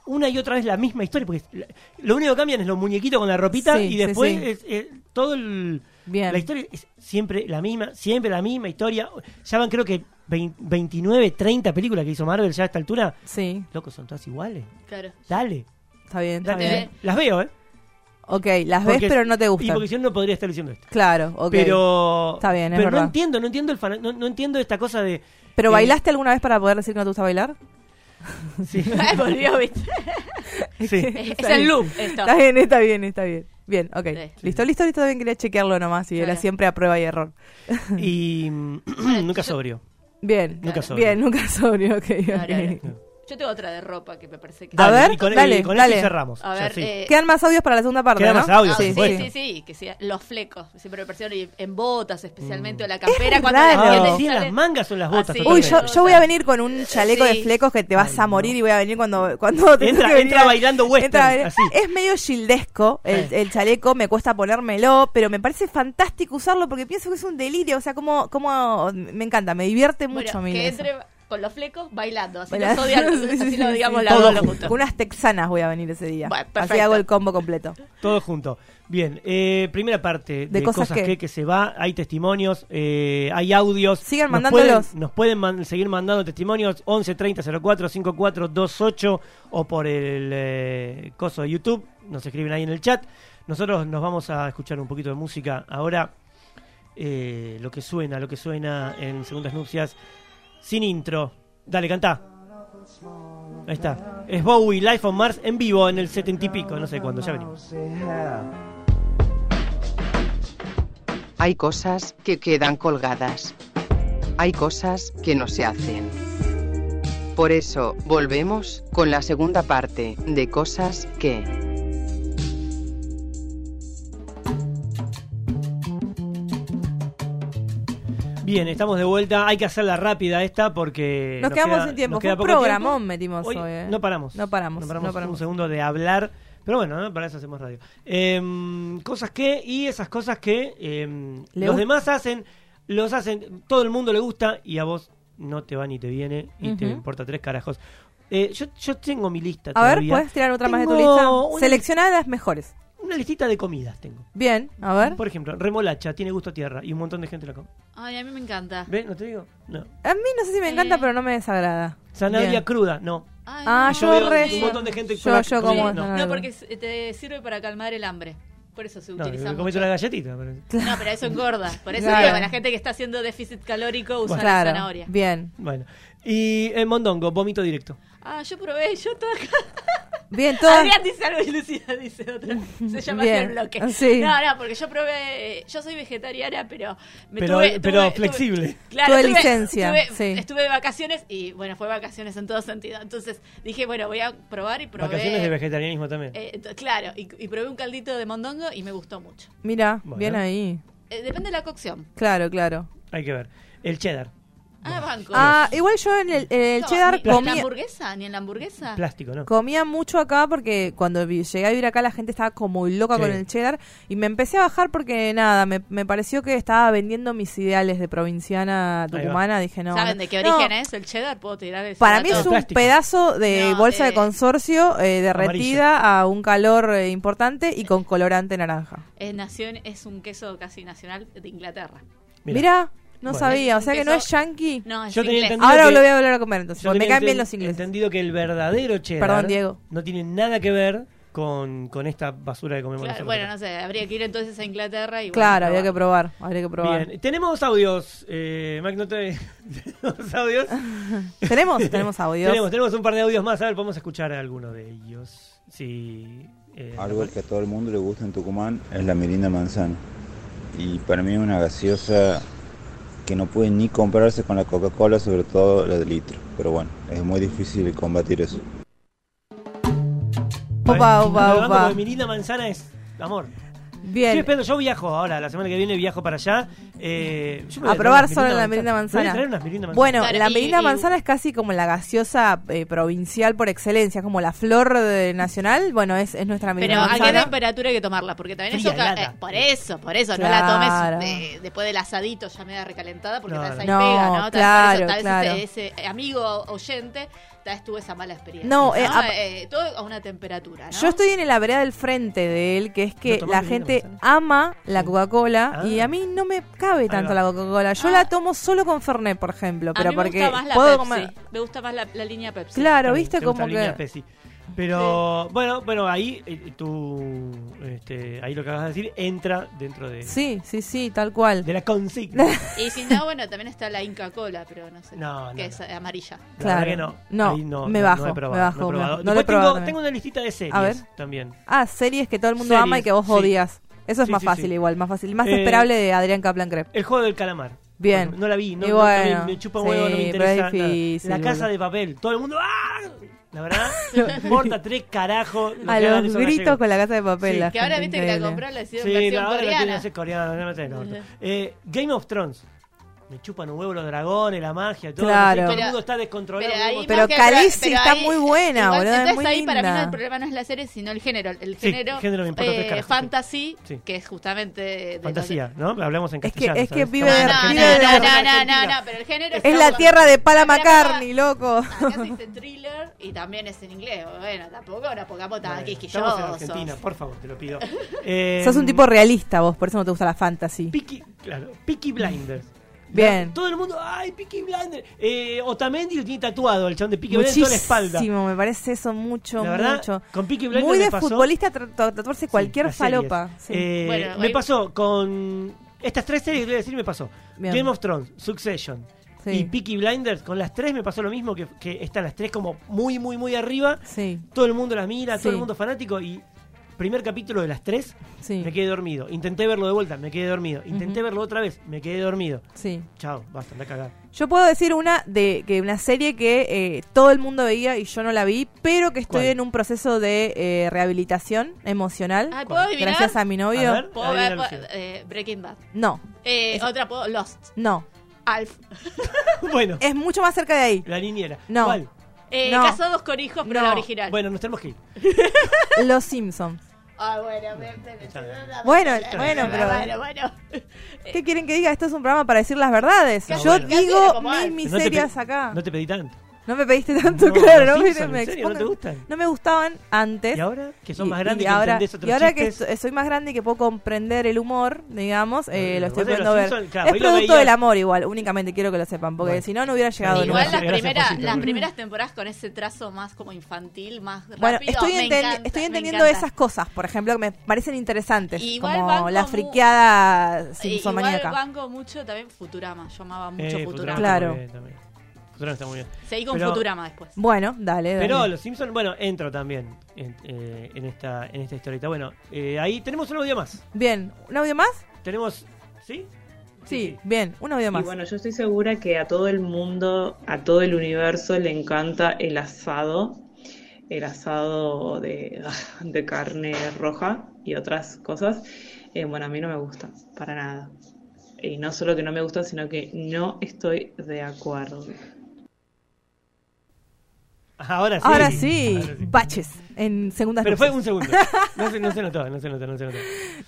[SPEAKER 2] una y otra vez la misma historia, porque es- la- lo único que cambian es los muñequitos con la ropita
[SPEAKER 3] Sí,
[SPEAKER 2] y
[SPEAKER 3] sí,
[SPEAKER 2] después
[SPEAKER 3] sí.
[SPEAKER 2] es- es todo el...
[SPEAKER 3] Bien.
[SPEAKER 2] La historia es siempre la misma, siempre la misma historia. Ya van creo que vein- 29, 30 películas que hizo Marvel ya a esta altura.
[SPEAKER 3] Sí,
[SPEAKER 2] Loco, son todas iguales.
[SPEAKER 4] Claro.
[SPEAKER 2] Dale.
[SPEAKER 3] está bien, está
[SPEAKER 2] dale.
[SPEAKER 3] bien.
[SPEAKER 2] Las veo, ¿eh?
[SPEAKER 3] Ok, las ves
[SPEAKER 2] Porque-
[SPEAKER 3] pero no te
[SPEAKER 2] Y
[SPEAKER 3] gustan.
[SPEAKER 2] porque si no, no podría estar diciendo esto.
[SPEAKER 3] Claro, ok. Pero,
[SPEAKER 2] Pero,
[SPEAKER 3] Está bien, es
[SPEAKER 2] pero no
[SPEAKER 3] verdad.
[SPEAKER 2] entiendo, no entiendo el fana- no, no entiendo esta cosa de... eh,
[SPEAKER 3] bailaste alguna vez para poder decir que no te gusta bailar?
[SPEAKER 2] Sí,
[SPEAKER 4] Ay, volvió, viste.
[SPEAKER 2] sí.
[SPEAKER 4] Es, es el loop esto.
[SPEAKER 3] Está bien, está bien, está bien. Bien, ok.
[SPEAKER 4] Sí.
[SPEAKER 3] Listo, listo, listo. También quería chequearlo nomás y era
[SPEAKER 4] Claro.
[SPEAKER 3] siempre a prueba y error.
[SPEAKER 2] Y mm, nunca sobrio.
[SPEAKER 3] Bien,
[SPEAKER 2] Nunca sobrio.
[SPEAKER 3] bien, nunca sobrio, ok. ok.
[SPEAKER 4] Claro, claro. Yo tengo otra de ropa que me parece que...
[SPEAKER 3] A
[SPEAKER 2] Dale,
[SPEAKER 3] ver,
[SPEAKER 2] y con, y
[SPEAKER 3] dale,
[SPEAKER 2] con
[SPEAKER 3] dale.
[SPEAKER 2] eso cerramos.
[SPEAKER 4] A
[SPEAKER 2] Ya,
[SPEAKER 4] ver,
[SPEAKER 2] sí.
[SPEAKER 4] eh,
[SPEAKER 3] Quedan más audios para la segunda parte,
[SPEAKER 2] Quedan
[SPEAKER 3] ¿no?
[SPEAKER 2] más audios,
[SPEAKER 4] Ah,
[SPEAKER 2] por
[SPEAKER 4] sí,
[SPEAKER 2] supuesto.
[SPEAKER 4] sí, sí, que sea los flecos, siempre parecieron y en botas especialmente, o la campera
[SPEAKER 3] Mm. Es
[SPEAKER 4] cuando
[SPEAKER 3] raro.
[SPEAKER 4] la
[SPEAKER 2] Ah,
[SPEAKER 4] tienen,
[SPEAKER 2] sí,
[SPEAKER 4] salen-
[SPEAKER 2] las mangas o las botas.
[SPEAKER 4] Así.
[SPEAKER 3] Uy,
[SPEAKER 2] totalmente.
[SPEAKER 3] yo, yo voy a venir con un chaleco de
[SPEAKER 4] Sí.
[SPEAKER 3] flecos que te vas a morir y voy a venir cuando... cuando te
[SPEAKER 2] Entra-
[SPEAKER 3] que venir
[SPEAKER 2] entra
[SPEAKER 3] a-
[SPEAKER 2] bailando western,
[SPEAKER 3] a-
[SPEAKER 2] así.
[SPEAKER 3] Es medio gildesco el,
[SPEAKER 2] Eh.
[SPEAKER 3] el chaleco, me cuesta ponérmelo, pero me parece fantástico usarlo porque pienso que es un delirio, o sea, como... como me encanta, me divierte
[SPEAKER 4] Bueno,
[SPEAKER 3] mucho a mí
[SPEAKER 4] que
[SPEAKER 3] eso.
[SPEAKER 4] entre con los flecos bailando. Así
[SPEAKER 3] Bailando.
[SPEAKER 4] nos odian,
[SPEAKER 3] Sí, sí,
[SPEAKER 4] así
[SPEAKER 3] sí,
[SPEAKER 4] nos
[SPEAKER 3] sí.
[SPEAKER 4] digamos la
[SPEAKER 2] Todo
[SPEAKER 4] doble
[SPEAKER 2] junto.
[SPEAKER 4] junto.
[SPEAKER 3] Con unas texanas voy a venir ese día.
[SPEAKER 4] Bueno,
[SPEAKER 3] Así
[SPEAKER 4] perfecto.
[SPEAKER 3] hago el combo completo.
[SPEAKER 2] Todo junto. Bien, eh, primera parte de, cosas, que... que se va, hay testimonios, eh, hay audios.
[SPEAKER 3] Sigan
[SPEAKER 2] Nos
[SPEAKER 3] mandándolos.
[SPEAKER 2] pueden- Nos pueden, man- seguir mandando testimonios 11 30 04 54 28 o por el eh, coso de YouTube, nos escriben ahí en el chat. Nosotros nos vamos a escuchar un poquito de música ahora. eh, lo que suena, lo que suena en Segundas Nupcias sin intro. Dale, cantá. Ahí está. Es Bowie, Life on Mars en vivo en el 70 y pico, no sé cuándo, ya venimos.
[SPEAKER 1] Hay cosas que quedan colgadas. Hay cosas que no se hacen. Por eso, volvemos con la segunda parte de cosas que...
[SPEAKER 2] Bien, estamos de vuelta. Hay que hacerla rápida esta porque.
[SPEAKER 3] Nos, quedamos
[SPEAKER 2] queda-
[SPEAKER 3] sin tiempo.
[SPEAKER 2] nos
[SPEAKER 3] Fue
[SPEAKER 2] queda
[SPEAKER 3] un
[SPEAKER 2] poco
[SPEAKER 3] programón
[SPEAKER 2] tiempo.
[SPEAKER 3] metimos hoy. eh.
[SPEAKER 2] No paramos.
[SPEAKER 3] No paramos, no paramos.
[SPEAKER 2] un segundo de hablar. Pero bueno, ¿no? para eso hacemos radio. Em, cosas que. Y esas cosas que em,
[SPEAKER 3] Le
[SPEAKER 2] los
[SPEAKER 3] gust-
[SPEAKER 2] demás hacen. Los hacen. Todo el mundo le gusta y a vos no te va ni te viene y te
[SPEAKER 3] Ujú.
[SPEAKER 2] importa tres carajos. Eh, yo, yo tengo mi lista.
[SPEAKER 3] A ver, pues.
[SPEAKER 2] todavía.
[SPEAKER 3] ¿puedes tirar otra más de tu
[SPEAKER 2] Tengo
[SPEAKER 3] lista?
[SPEAKER 2] una-
[SPEAKER 3] Selecciona las mejores.
[SPEAKER 2] Una listita de comidas tengo.
[SPEAKER 3] Bien, a ver.
[SPEAKER 2] Por ejemplo, remolacha tiene gusto a tierra y un montón de gente la come.
[SPEAKER 4] Ay, a mí me encanta.
[SPEAKER 2] ¿Ves? ¿No te digo? No.
[SPEAKER 3] A mí no sé si me encanta,
[SPEAKER 4] Eh.
[SPEAKER 3] pero no me desagrada.
[SPEAKER 2] Zanahoria
[SPEAKER 3] Bien.
[SPEAKER 2] cruda, no.
[SPEAKER 4] Ay,
[SPEAKER 3] Ah,
[SPEAKER 4] no,
[SPEAKER 2] Yo
[SPEAKER 3] yo
[SPEAKER 2] veo
[SPEAKER 3] re-
[SPEAKER 2] un montón de gente
[SPEAKER 3] Yo-
[SPEAKER 2] con la-
[SPEAKER 3] yo
[SPEAKER 2] con-
[SPEAKER 3] como
[SPEAKER 2] no.
[SPEAKER 3] esa-
[SPEAKER 4] No, porque s- te sirve para calmar el hambre. Por eso se
[SPEAKER 2] No,
[SPEAKER 4] utiliza
[SPEAKER 2] me comete
[SPEAKER 4] mucho.
[SPEAKER 2] una galletita. pero-
[SPEAKER 4] No, pero eso engorda. Por eso
[SPEAKER 3] Claro.
[SPEAKER 4] digo, la gente que está haciendo déficit calórico usa la
[SPEAKER 3] Claro.
[SPEAKER 4] zanahoria.
[SPEAKER 3] Bien.
[SPEAKER 2] Bueno. Y en Mondongo, vómito directo.
[SPEAKER 4] Ah, yo probé, yo toda
[SPEAKER 3] Bien, todas.
[SPEAKER 4] Adrián dice algo y Lucía dice otra. Se llama así
[SPEAKER 3] Bien.
[SPEAKER 4] el bloque.
[SPEAKER 3] Sí.
[SPEAKER 4] No, no, porque yo probé. eh, Yo soy vegetariana, pero. Me
[SPEAKER 2] Pero-
[SPEAKER 4] tuve-
[SPEAKER 2] pero
[SPEAKER 4] tuve-
[SPEAKER 2] flexible.
[SPEAKER 4] tuve- claro,
[SPEAKER 3] Tuve
[SPEAKER 4] tuve-
[SPEAKER 3] licencia,
[SPEAKER 4] tuve-
[SPEAKER 3] sí.
[SPEAKER 4] Estuve de vacaciones y, bueno, fue vacaciones en todo sentido. Entonces dije, bueno, voy a probar y probé.
[SPEAKER 2] Vacaciones de vegetarianismo también.
[SPEAKER 4] eh, t- claro, y, y probé un caldito de mondongo y me gustó mucho.
[SPEAKER 3] Mira,
[SPEAKER 2] Bueno.
[SPEAKER 3] bien ahí.
[SPEAKER 4] Eh, depende de la cocción.
[SPEAKER 3] Claro, claro.
[SPEAKER 2] Hay que ver. El cheddar.
[SPEAKER 4] Ah, banco.
[SPEAKER 3] Ah, igual yo en el, en el
[SPEAKER 4] No,
[SPEAKER 3] cheddar
[SPEAKER 4] ni- ni en la
[SPEAKER 3] comía,
[SPEAKER 4] hamburguesa, ni en la hamburguesa.
[SPEAKER 2] Plástico, ¿no?
[SPEAKER 3] comía mucho acá porque cuando vi- llegué a vivir acá la gente estaba como loca
[SPEAKER 2] Sí.
[SPEAKER 3] con el cheddar y me empecé a bajar porque nada, me, me pareció que estaba vendiendo mis ideales de provinciana
[SPEAKER 2] va.
[SPEAKER 3] tucumana. Dije, no.
[SPEAKER 4] ¿Saben de qué
[SPEAKER 3] no.
[SPEAKER 4] origen es el cheddar? Puedo tirar ese
[SPEAKER 3] Para mí
[SPEAKER 4] dato?
[SPEAKER 3] es un
[SPEAKER 2] Plástico.
[SPEAKER 3] pedazo de
[SPEAKER 4] No,
[SPEAKER 3] bolsa de
[SPEAKER 4] eh,
[SPEAKER 3] consorcio eh, derretida a un calor eh, importante y con colorante naranja.
[SPEAKER 4] Es, nación, es un queso casi nacional de Inglaterra.
[SPEAKER 2] Mirá.
[SPEAKER 3] Mira, no
[SPEAKER 2] Bueno.
[SPEAKER 3] sabía, o sea que no es
[SPEAKER 4] Empezó-
[SPEAKER 3] yankee.
[SPEAKER 4] No, es
[SPEAKER 2] Yo tenía
[SPEAKER 4] inglés.
[SPEAKER 2] entendido-
[SPEAKER 3] Ahora
[SPEAKER 2] que-
[SPEAKER 3] lo voy a volver a comer entonces,
[SPEAKER 2] Yo
[SPEAKER 3] porque me
[SPEAKER 2] tenía
[SPEAKER 3] caen bien
[SPEAKER 2] enten-
[SPEAKER 3] los ingleses.
[SPEAKER 2] entendido que el verdadero cheddar
[SPEAKER 3] Perdón, Diego.
[SPEAKER 2] no tiene nada que ver con, con esta basura que comemos
[SPEAKER 4] Claro,
[SPEAKER 2] nosotros
[SPEAKER 4] bueno,
[SPEAKER 2] acá.
[SPEAKER 4] no sé, habría que ir entonces a Inglaterra y
[SPEAKER 3] Claro, había que
[SPEAKER 4] probar.
[SPEAKER 3] probar, habría que probar.
[SPEAKER 2] Bien. Tenemos audios. Eh, Mac, no te... Tenemos audios.
[SPEAKER 3] Tenemos, tenemos audios.
[SPEAKER 2] Tenemos, tenemos un par de audios más. A ver, podemos escuchar alguno de ellos. Si. eh,
[SPEAKER 6] Algo que a todo el mundo le gusta en Tucumán es la mirinda manzana. Y para mí es una gaseosa que no puede ni comprarse con la Coca-Cola, sobre todo la de litro. Pero bueno, es muy difícil combatir eso.
[SPEAKER 3] Opa,
[SPEAKER 2] Bueno,
[SPEAKER 3] opa,
[SPEAKER 2] hablando
[SPEAKER 3] opa.
[SPEAKER 2] de Mirinda Manzana es amor.
[SPEAKER 3] Bien.
[SPEAKER 2] Estoy esperando, yo viajo ahora, la semana que viene viajo para allá. eh, yo me voy
[SPEAKER 3] A
[SPEAKER 2] traer
[SPEAKER 3] probar
[SPEAKER 2] unas
[SPEAKER 3] solo la
[SPEAKER 2] Mirinda Me
[SPEAKER 3] mirinda
[SPEAKER 2] voy a
[SPEAKER 3] manzana.
[SPEAKER 2] traer unas Mirinda Manzana.
[SPEAKER 3] Bueno,
[SPEAKER 4] Claro,
[SPEAKER 3] la
[SPEAKER 4] y-
[SPEAKER 3] Medina
[SPEAKER 4] y-
[SPEAKER 3] Manzana es casi como la gaseosa eh, provincial por excelencia, como la flor de- nacional. Bueno, es, es nuestra Medina
[SPEAKER 4] Pero a qué
[SPEAKER 3] Manzana.
[SPEAKER 4] temperatura hay que tomarla, porque también
[SPEAKER 2] Fría,
[SPEAKER 4] eso. ca-
[SPEAKER 2] helada.
[SPEAKER 4] eh, por eso, por eso,
[SPEAKER 3] Claro.
[SPEAKER 4] no la tomes eh, después del asadito ya media recalentada, porque
[SPEAKER 2] No,
[SPEAKER 4] tal vez ahí
[SPEAKER 3] no.
[SPEAKER 4] pega, ¿no? Tal-
[SPEAKER 3] Claro,
[SPEAKER 4] por eso, tal
[SPEAKER 3] claro.
[SPEAKER 4] vez ese, ese amigo oyente, tal vez tuvo esa mala experiencia.
[SPEAKER 3] No, eh, a-
[SPEAKER 4] Eh, todo a una temperatura, ¿no?
[SPEAKER 3] Yo estoy en la vereda del frente de él, que es que
[SPEAKER 2] ¿No tomás
[SPEAKER 3] la
[SPEAKER 2] Medina
[SPEAKER 3] gente
[SPEAKER 2] Manzana?
[SPEAKER 3] ama la Coca-Cola
[SPEAKER 2] Ah.
[SPEAKER 3] y a mí no me cabe tanto
[SPEAKER 2] va.
[SPEAKER 3] la Coca-Cola. Yo
[SPEAKER 4] Ah.
[SPEAKER 3] la tomo solo con Fernet, por ejemplo, pero
[SPEAKER 4] a mí
[SPEAKER 3] porque
[SPEAKER 4] me gusta más la
[SPEAKER 3] puedo
[SPEAKER 4] Pepsi.
[SPEAKER 3] comer.
[SPEAKER 4] Me gusta más la, la línea Pepsi.
[SPEAKER 3] Claro,
[SPEAKER 2] También,
[SPEAKER 3] viste
[SPEAKER 2] te gusta
[SPEAKER 3] como
[SPEAKER 2] la línea
[SPEAKER 3] que.
[SPEAKER 2] Pepsi. Pero bueno, bueno, ahí eh, tú, este, ahí lo que acabas de decir entra dentro de,
[SPEAKER 3] Sí, sí, sí, tal cual.
[SPEAKER 2] de la consigna. La
[SPEAKER 4] Y si no, bueno, también está la Inca Cola, pero no sé.
[SPEAKER 2] No, no, no.
[SPEAKER 4] que es eh, amarilla.
[SPEAKER 2] verdad
[SPEAKER 3] Claro.
[SPEAKER 2] que no.
[SPEAKER 3] No,
[SPEAKER 2] ahí no,
[SPEAKER 3] me
[SPEAKER 2] no-
[SPEAKER 3] bajo,
[SPEAKER 2] no he
[SPEAKER 3] me
[SPEAKER 2] probado,
[SPEAKER 3] bajo,
[SPEAKER 2] no he
[SPEAKER 3] me-
[SPEAKER 2] probado.
[SPEAKER 3] no lo he
[SPEAKER 2] Después
[SPEAKER 3] probado
[SPEAKER 2] tengo,
[SPEAKER 3] también.
[SPEAKER 2] tengo una listita de series
[SPEAKER 3] A ver.
[SPEAKER 2] también.
[SPEAKER 3] Ah, series que todo el mundo ama y
[SPEAKER 2] Series,
[SPEAKER 3] que vos
[SPEAKER 2] sí.
[SPEAKER 3] odias. Eso es
[SPEAKER 2] Sí,
[SPEAKER 3] más
[SPEAKER 2] sí,
[SPEAKER 3] fácil
[SPEAKER 2] sí.
[SPEAKER 3] igual, más fácil, más
[SPEAKER 2] Eh,
[SPEAKER 3] esperable de Adrián Kaplan Crep.
[SPEAKER 2] El juego del calamar.
[SPEAKER 3] Bien.
[SPEAKER 2] Por ejemplo, No la vi, no,
[SPEAKER 3] Y
[SPEAKER 2] no-
[SPEAKER 3] bueno,
[SPEAKER 2] no me, me chupa
[SPEAKER 3] sí,
[SPEAKER 2] huevo, no me
[SPEAKER 3] pero es
[SPEAKER 2] interesa. nada.
[SPEAKER 3] difícil,
[SPEAKER 2] la casa
[SPEAKER 3] boludo.
[SPEAKER 2] de papel, todo el mundo. ¡ah! La verdad, no importa tres carajos.
[SPEAKER 3] A los gritos con la casa de
[SPEAKER 2] Sí,
[SPEAKER 3] papel. la
[SPEAKER 4] Que ahora
[SPEAKER 3] gente
[SPEAKER 4] viste que la
[SPEAKER 3] increíble.
[SPEAKER 4] compró la hicieron
[SPEAKER 2] Sí,
[SPEAKER 4] versión
[SPEAKER 2] la ahora la tiene
[SPEAKER 4] coreana.
[SPEAKER 2] hacer coreana. no me traigan la otra. Eh, Game of Thrones. Me chupan un huevo los dragones, la magia, todo.
[SPEAKER 3] Claro.
[SPEAKER 2] Todo el
[SPEAKER 4] Pero-
[SPEAKER 2] mundo está descontrolado.
[SPEAKER 4] ahí
[SPEAKER 2] huevo.
[SPEAKER 4] más
[SPEAKER 3] Pero
[SPEAKER 4] que-
[SPEAKER 3] Khaleesi
[SPEAKER 4] pero
[SPEAKER 3] está
[SPEAKER 4] ahí-
[SPEAKER 3] muy buena,
[SPEAKER 4] igual,
[SPEAKER 3] boludo, es
[SPEAKER 4] Entonces
[SPEAKER 3] muy
[SPEAKER 4] ahí para mí
[SPEAKER 3] linda.
[SPEAKER 4] no, el problema no es la serie, sino el género. El
[SPEAKER 2] Sí,
[SPEAKER 4] género, eh,
[SPEAKER 2] el género me importa tres carajos, sí.
[SPEAKER 4] fantasy,
[SPEAKER 2] Sí.
[SPEAKER 4] que es justamente... de los-
[SPEAKER 2] Fantasía, ¿no? Hablamos en
[SPEAKER 3] Es que-
[SPEAKER 2] castellano.
[SPEAKER 3] es que
[SPEAKER 2] ¿sabes?
[SPEAKER 3] vive
[SPEAKER 4] No,
[SPEAKER 2] Estamos en
[SPEAKER 3] de-
[SPEAKER 4] no, no,
[SPEAKER 2] Argentina.
[SPEAKER 3] vive de-
[SPEAKER 4] no,
[SPEAKER 2] Estamos
[SPEAKER 4] no,
[SPEAKER 2] en
[SPEAKER 4] no, no,
[SPEAKER 2] Argentina.
[SPEAKER 4] no, pero el género...
[SPEAKER 3] Es la tierra de Pala McCartney, loco.
[SPEAKER 4] Acá se dice thriller y también es en inglés. Bueno, tampoco ahora pongamos tan
[SPEAKER 2] Bueno,
[SPEAKER 4] quisquillosos.
[SPEAKER 2] Estamos en Argentina, por favor, te lo pido. Eh,
[SPEAKER 3] Sos un tipo realista vos, por eso no te gusta la fantasy.
[SPEAKER 2] Peaky, claro, Peaky Blinders.
[SPEAKER 3] Bien.
[SPEAKER 2] Todo el mundo, ¡ay, Peaky Blinders! Eh, Otamendi lo tiene tatuado, el chabón de Peaky Blinders, en toda la espalda.
[SPEAKER 3] Muchísimo, me parece eso mucho,
[SPEAKER 2] La verdad,
[SPEAKER 3] mucho.
[SPEAKER 2] con Peaky Blinders
[SPEAKER 3] Muy de
[SPEAKER 2] me pasó-
[SPEAKER 3] futbolista tra- tra- tatuarse cualquier
[SPEAKER 2] las series.
[SPEAKER 3] falopa. sí.
[SPEAKER 2] Eh,
[SPEAKER 4] Bueno,
[SPEAKER 2] me
[SPEAKER 4] hoy-
[SPEAKER 2] pasó con estas tres series que te voy a decir me pasó.
[SPEAKER 3] Bien.
[SPEAKER 2] Game of Thrones, Succession
[SPEAKER 3] Sí.
[SPEAKER 2] y Peaky Blinders. Con las tres me pasó lo mismo que, que están las tres como muy muy muy arriba.
[SPEAKER 3] Sí,
[SPEAKER 2] Todo el mundo las mira,
[SPEAKER 3] Sí.
[SPEAKER 2] todo el mundo fanático y primer capítulo de las tres
[SPEAKER 3] sí,
[SPEAKER 2] me quedé dormido. Intenté verlo de vuelta, me quedé dormido. Intenté
[SPEAKER 3] Ujú.
[SPEAKER 2] verlo otra vez, me quedé dormido.
[SPEAKER 3] sí.
[SPEAKER 2] Chao, basta, anda a cagar.
[SPEAKER 3] Yo puedo decir una de que una serie que eh, todo el mundo veía y yo no la vi, pero que estoy
[SPEAKER 2] ¿Cuál?
[SPEAKER 3] en un proceso de eh, rehabilitación emocional.
[SPEAKER 4] Ay, ¿puedo adivinar?
[SPEAKER 3] gracias a mi novio.
[SPEAKER 2] A ver.
[SPEAKER 4] Puedo
[SPEAKER 2] Adivina
[SPEAKER 4] ver,
[SPEAKER 2] lo
[SPEAKER 4] puedo-
[SPEAKER 2] que sea.
[SPEAKER 4] eh, Breaking Bad.
[SPEAKER 3] No,
[SPEAKER 4] Eh, otra puedo, Lost.
[SPEAKER 3] no.
[SPEAKER 4] Alf.
[SPEAKER 2] bueno,
[SPEAKER 3] Es mucho más cerca de ahí.
[SPEAKER 2] la niñera.
[SPEAKER 3] No.
[SPEAKER 2] ¿Cuál?
[SPEAKER 4] Eh,
[SPEAKER 3] No.
[SPEAKER 4] Casados con hijos, pero
[SPEAKER 3] No.
[SPEAKER 4] la original.
[SPEAKER 2] Bueno, nos tenemos que ir.
[SPEAKER 3] Los Simpsons.
[SPEAKER 4] Ah, bueno, me- me- me-
[SPEAKER 2] Está bien.
[SPEAKER 3] Bueno,
[SPEAKER 2] bien.
[SPEAKER 3] bueno, pero
[SPEAKER 4] bueno, bueno.
[SPEAKER 3] ¿qué quieren que diga? Esto es un programa para decir las verdades.
[SPEAKER 2] No,
[SPEAKER 3] Yo
[SPEAKER 2] bueno.
[SPEAKER 4] Casi
[SPEAKER 3] digo
[SPEAKER 4] como
[SPEAKER 3] mis
[SPEAKER 4] Alf.
[SPEAKER 2] No te
[SPEAKER 3] miserias
[SPEAKER 2] pe-
[SPEAKER 3] acá.
[SPEAKER 2] No te pedí tanto.
[SPEAKER 3] No me pediste tanto,
[SPEAKER 2] No,
[SPEAKER 3] claro.
[SPEAKER 2] los
[SPEAKER 3] No, me-
[SPEAKER 2] Simpsons,
[SPEAKER 3] me
[SPEAKER 2] ¿en serio? ¿No te
[SPEAKER 3] expongan.
[SPEAKER 2] gustan?
[SPEAKER 3] No me gustaban antes.
[SPEAKER 2] ¿Y ahora? Que son
[SPEAKER 3] Y-
[SPEAKER 2] más grandes
[SPEAKER 3] y
[SPEAKER 2] que
[SPEAKER 3] ahora,
[SPEAKER 2] entendés otros
[SPEAKER 3] y ahora que
[SPEAKER 2] chistes.
[SPEAKER 3] so- soy más grande y que puedo comprender el humor, digamos, eh,
[SPEAKER 2] Bueno,
[SPEAKER 3] lo estoy
[SPEAKER 2] vos de
[SPEAKER 3] pudiendo
[SPEAKER 2] los
[SPEAKER 3] ver.
[SPEAKER 2] Simpson, claro,
[SPEAKER 3] es
[SPEAKER 2] ahí lo
[SPEAKER 3] producto
[SPEAKER 2] veías.
[SPEAKER 3] del amor igual, únicamente quiero que lo sepan, porque
[SPEAKER 2] Bueno.
[SPEAKER 3] si no, no hubiera llegado
[SPEAKER 2] Bueno,
[SPEAKER 4] Igual
[SPEAKER 3] nunca.
[SPEAKER 2] gracias,
[SPEAKER 4] las,
[SPEAKER 2] gracias
[SPEAKER 4] primeras-
[SPEAKER 2] por citar.
[SPEAKER 4] las primeras temporadas con ese trazo más como infantil, más rápido.
[SPEAKER 3] Bueno, estoy,
[SPEAKER 4] me
[SPEAKER 3] enten-
[SPEAKER 4] encanta,
[SPEAKER 3] estoy
[SPEAKER 4] me
[SPEAKER 3] entendiendo
[SPEAKER 4] encanta.
[SPEAKER 3] esas cosas, por ejemplo, que me parecen interesantes,
[SPEAKER 4] Igual
[SPEAKER 3] como
[SPEAKER 4] banco
[SPEAKER 3] la
[SPEAKER 4] mu-
[SPEAKER 3] friqueada
[SPEAKER 4] Eh,
[SPEAKER 3] simpsomaníaca.
[SPEAKER 4] Igual banco mucho también Futurama. Yo amaba mucho
[SPEAKER 2] Eh,
[SPEAKER 4] Futurama.
[SPEAKER 3] Claro.
[SPEAKER 2] está muy bien, también. Futurama está muy bien.
[SPEAKER 4] Seguí con
[SPEAKER 2] Pero-
[SPEAKER 4] Futurama después.
[SPEAKER 3] Bueno, dale, dale.
[SPEAKER 2] Pero los Simpsons, bueno, entro también en, eh, en esta en esta historieta. Bueno, eh, ahí tenemos un audio más.
[SPEAKER 3] Bien, ¿un audio más?
[SPEAKER 2] Tenemos. ¿Sí?
[SPEAKER 3] Sí, bien, un audio más.
[SPEAKER 7] Y bueno, yo estoy segura que a todo el mundo, a todo el universo le encanta el asado, el asado de, de carne roja y otras cosas. Eh, bueno, a mí no me gusta, para nada. Y no solo que no me gusta, sino que no estoy de acuerdo.
[SPEAKER 2] Ahora sí.
[SPEAKER 3] Ahora sí,
[SPEAKER 2] Ahora sí.
[SPEAKER 3] baches en segundas
[SPEAKER 2] Pero fue
[SPEAKER 3] luces.
[SPEAKER 2] un segundo. No se, no se notó, no se notó, no se notó.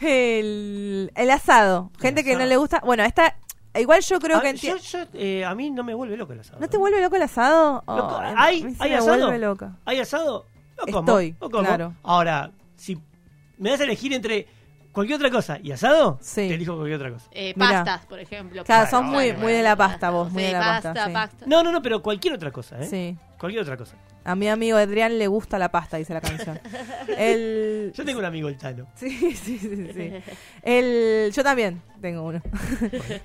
[SPEAKER 3] El, el asado. Gente
[SPEAKER 2] El
[SPEAKER 3] que no
[SPEAKER 2] asado.
[SPEAKER 3] le gusta. Bueno, esta. Igual yo creo
[SPEAKER 2] a,
[SPEAKER 3] que.
[SPEAKER 2] yo,
[SPEAKER 3] entiendo
[SPEAKER 2] yo, eh, a mí no me vuelve loco el asado.
[SPEAKER 3] ¿No te vuelve loco el asado? Oh,
[SPEAKER 2] Loco,
[SPEAKER 3] Ay,
[SPEAKER 2] ¿hay-
[SPEAKER 3] a mí sí
[SPEAKER 2] hay
[SPEAKER 3] me
[SPEAKER 2] asado?
[SPEAKER 3] vuelve loca.
[SPEAKER 2] ¿Hay asado? Lo como.
[SPEAKER 3] Estoy,
[SPEAKER 2] lo como.
[SPEAKER 3] claro.
[SPEAKER 2] Ahora, si me das a elegir entre cualquier otra cosa y asado,
[SPEAKER 3] Sí.
[SPEAKER 2] te elijo cualquier otra cosa.
[SPEAKER 4] Eh,
[SPEAKER 3] Mirá.
[SPEAKER 4] pastas, por ejemplo.
[SPEAKER 3] Claro,
[SPEAKER 4] Bueno,
[SPEAKER 3] son muy-
[SPEAKER 4] bueno,
[SPEAKER 3] muy de la pasta vos, muy
[SPEAKER 4] Sí,
[SPEAKER 3] de la pasta, sí.
[SPEAKER 4] pasta.
[SPEAKER 2] No, no, no, pero cualquier otra cosa, ¿eh?
[SPEAKER 3] Sí.
[SPEAKER 2] Cualquier otra cosa.
[SPEAKER 3] A mi amigo Adrián le gusta la pasta, dice la canción. El.
[SPEAKER 2] Yo tengo un amigo el Tano.
[SPEAKER 3] Sí, sí, sí, sí. El... Yo también tengo uno.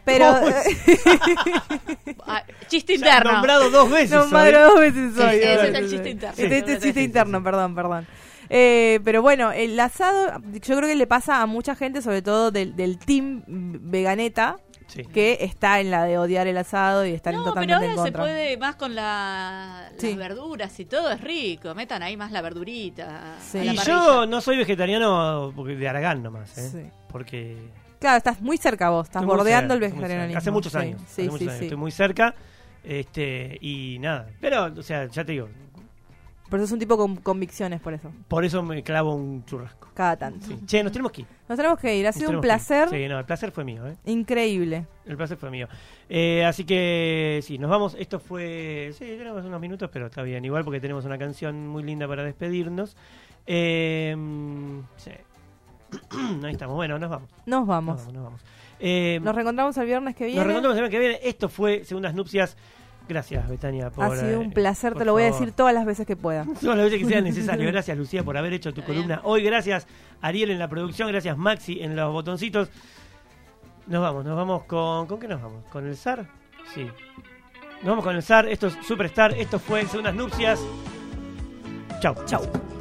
[SPEAKER 3] Pero. eh,
[SPEAKER 2] ¿Cómo
[SPEAKER 4] Ah, chiste
[SPEAKER 2] Ya
[SPEAKER 4] interno.
[SPEAKER 2] nombrado dos veces.
[SPEAKER 3] No,
[SPEAKER 2] hoy.
[SPEAKER 3] madre, dos veces
[SPEAKER 4] Sí,
[SPEAKER 3] soy.
[SPEAKER 4] sí, ese
[SPEAKER 3] dos
[SPEAKER 4] es el
[SPEAKER 3] veces
[SPEAKER 4] chiste
[SPEAKER 3] soy.
[SPEAKER 4] interno.
[SPEAKER 3] Este, este
[SPEAKER 2] Sí, sí,
[SPEAKER 3] chiste
[SPEAKER 2] sí,
[SPEAKER 3] interno,
[SPEAKER 2] sí.
[SPEAKER 3] perdón, perdón. Eh, pero bueno, el asado, yo creo que le pasa a mucha gente, sobre todo del, del team veganeta,
[SPEAKER 2] Sí.
[SPEAKER 3] que está en la de odiar el asado y están
[SPEAKER 4] No, pero
[SPEAKER 3] totalmente en
[SPEAKER 4] ahora se
[SPEAKER 3] contra.
[SPEAKER 4] puede más con la, las
[SPEAKER 3] Sí.
[SPEAKER 4] verduras y todo, es rico. Metan ahí más la verdurita.
[SPEAKER 3] Sí.
[SPEAKER 4] a la
[SPEAKER 2] Y
[SPEAKER 4] parrilla.
[SPEAKER 2] yo no soy vegetariano porque- de Aragán nomás, ¿eh?
[SPEAKER 3] Sí.
[SPEAKER 2] Porque.
[SPEAKER 3] Claro, estás muy cerca vos, estás
[SPEAKER 2] estoy muy
[SPEAKER 3] bordeando el
[SPEAKER 2] cerca, estoy muy cerca.
[SPEAKER 3] vegetarianismo.
[SPEAKER 2] Hace muchos
[SPEAKER 3] Sí,
[SPEAKER 2] años.
[SPEAKER 3] Sí,
[SPEAKER 2] hace muchos
[SPEAKER 3] sí,
[SPEAKER 2] años.
[SPEAKER 3] sí.
[SPEAKER 2] Estoy muy cerca. Este, y nada. Pero, o sea, ya te digo,
[SPEAKER 3] Por eso es un tipo con convicciones, por eso.
[SPEAKER 2] por eso me clavo un churrasco.
[SPEAKER 3] Cada tanto.
[SPEAKER 2] Sí. Che, nos tenemos que ir.
[SPEAKER 3] Nos tenemos que ir, ha
[SPEAKER 2] Nos
[SPEAKER 3] sido un
[SPEAKER 2] tenemos que ir.
[SPEAKER 3] placer
[SPEAKER 2] Sí, no, el placer fue mío, ¿eh?
[SPEAKER 3] increíble.
[SPEAKER 2] El placer fue mío. Eh, así que sí, nos vamos. Esto fue. Sí, tenemos unos minutos, pero está bien. Igual porque tenemos una canción muy linda para despedirnos. Eh, sí. Ahí estamos. Bueno, nos vamos.
[SPEAKER 3] Nos
[SPEAKER 2] Nos
[SPEAKER 3] vamos.
[SPEAKER 2] vamos, nos vamos. Eh,
[SPEAKER 3] Nos reencontramos el viernes que viene.
[SPEAKER 2] nos reencontramos la semana que viene. Esto fue Segundas Nupcias. Gracias, Betania. Por,
[SPEAKER 3] ha sido un
[SPEAKER 2] eh,
[SPEAKER 3] placer, te
[SPEAKER 2] por
[SPEAKER 3] lo voy a
[SPEAKER 2] favor.
[SPEAKER 3] decir todas las veces que pueda.
[SPEAKER 2] Todas las veces que sea necesario. Gracias, Lucía, por haber hecho tu
[SPEAKER 4] Está bien.
[SPEAKER 2] columna hoy. Gracias, Ariel, en la producción. Gracias, Maxi, en los botoncitos. Nos vamos, nos vamos con. ¿Con qué nos vamos? ¿Con el zar? Sí. Nos vamos con el zar. Esto es Superstar. Esto fue Segundas Nupcias. Chau. Chau.